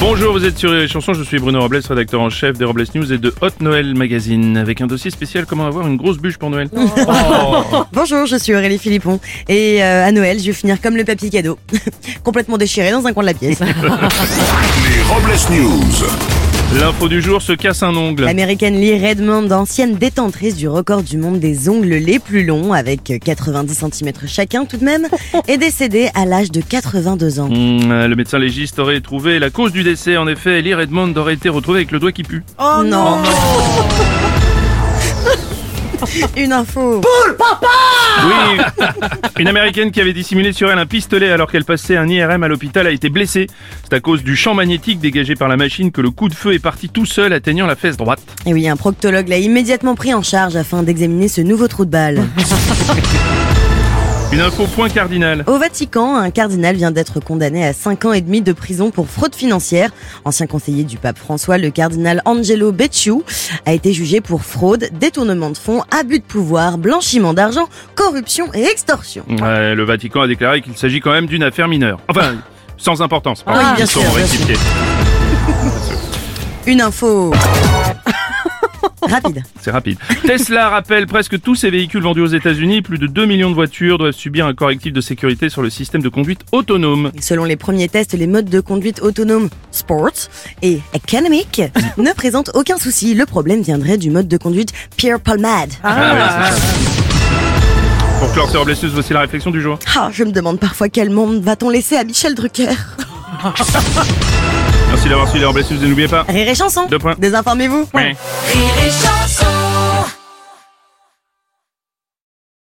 Bonjour, vous êtes sur les chansons, je suis Bruno Robles, rédacteur en chef des Robles News et de Hot Noël Magazine, avec un dossier spécial comment avoir une grosse bûche pour Noël. Bonjour, je suis Aurélie Philippon et euh, à Noël, je vais finir comme le papier cadeau, complètement déchiré dans un coin de la pièce. Les Robles News. L'info du jour se casse un ongle. L'américaine Lee Redmond, ancienne détentrice du record du monde des ongles les plus longs, avec 90 cm chacun tout de même, est décédée à l'âge de 82 ans. Mmh, euh, le médecin légiste aurait trouvé la cause du décès. En effet, Ellie Redmond aurait été retrouvée avec le doigt qui pue. Oh non Une info. Oui Une américaine qui avait dissimulé sur elle un pistolet alors qu'elle passait un IRM à l'hôpital a été blessée. C'est à cause du champ magnétique dégagé par la machine que le coup de feu est parti tout seul atteignant la fesse droite. Et oui, un proctologue l'a immédiatement pris en charge afin d'examiner ce nouveau trou de balle. Une info point cardinal. Au Vatican, un cardinal vient d'être condamné à 5 ans et demi de prison pour fraude financière. Ancien conseiller du pape François, le cardinal Angelo Becciu a été jugé pour fraude, détournement de fonds, abus de pouvoir, blanchiment d'argent, corruption et extorsion. Ouais, le Vatican a déclaré qu'il s'agit quand même d'une affaire mineure. Enfin, sans importance. pardon. Ah oui, bien Son sûr, bien récipié. Une info. Rapide. C'est rapide. Tesla rappelle presque tous ses véhicules vendus aux États-Unis. Plus de 2 millions de voitures doivent subir un correctif de sécurité sur le système de conduite autonome. Selon les premiers tests, les modes de conduite autonomes Sport et Economic ne présentent aucun souci. Le problème viendrait du mode de conduite Pierre Palmade. Ah ouais, c'est ça. Pour clore sur blesseuse, voici la réflexion du jour. Ah, je me demande parfois quel monde va-t-on laisser à Michel Drucker Merci d'avoir suivi les blesseuse et n'oubliez pas. Rire et chanson Deux points. Désinformez-vous Ouais. Rire et chanson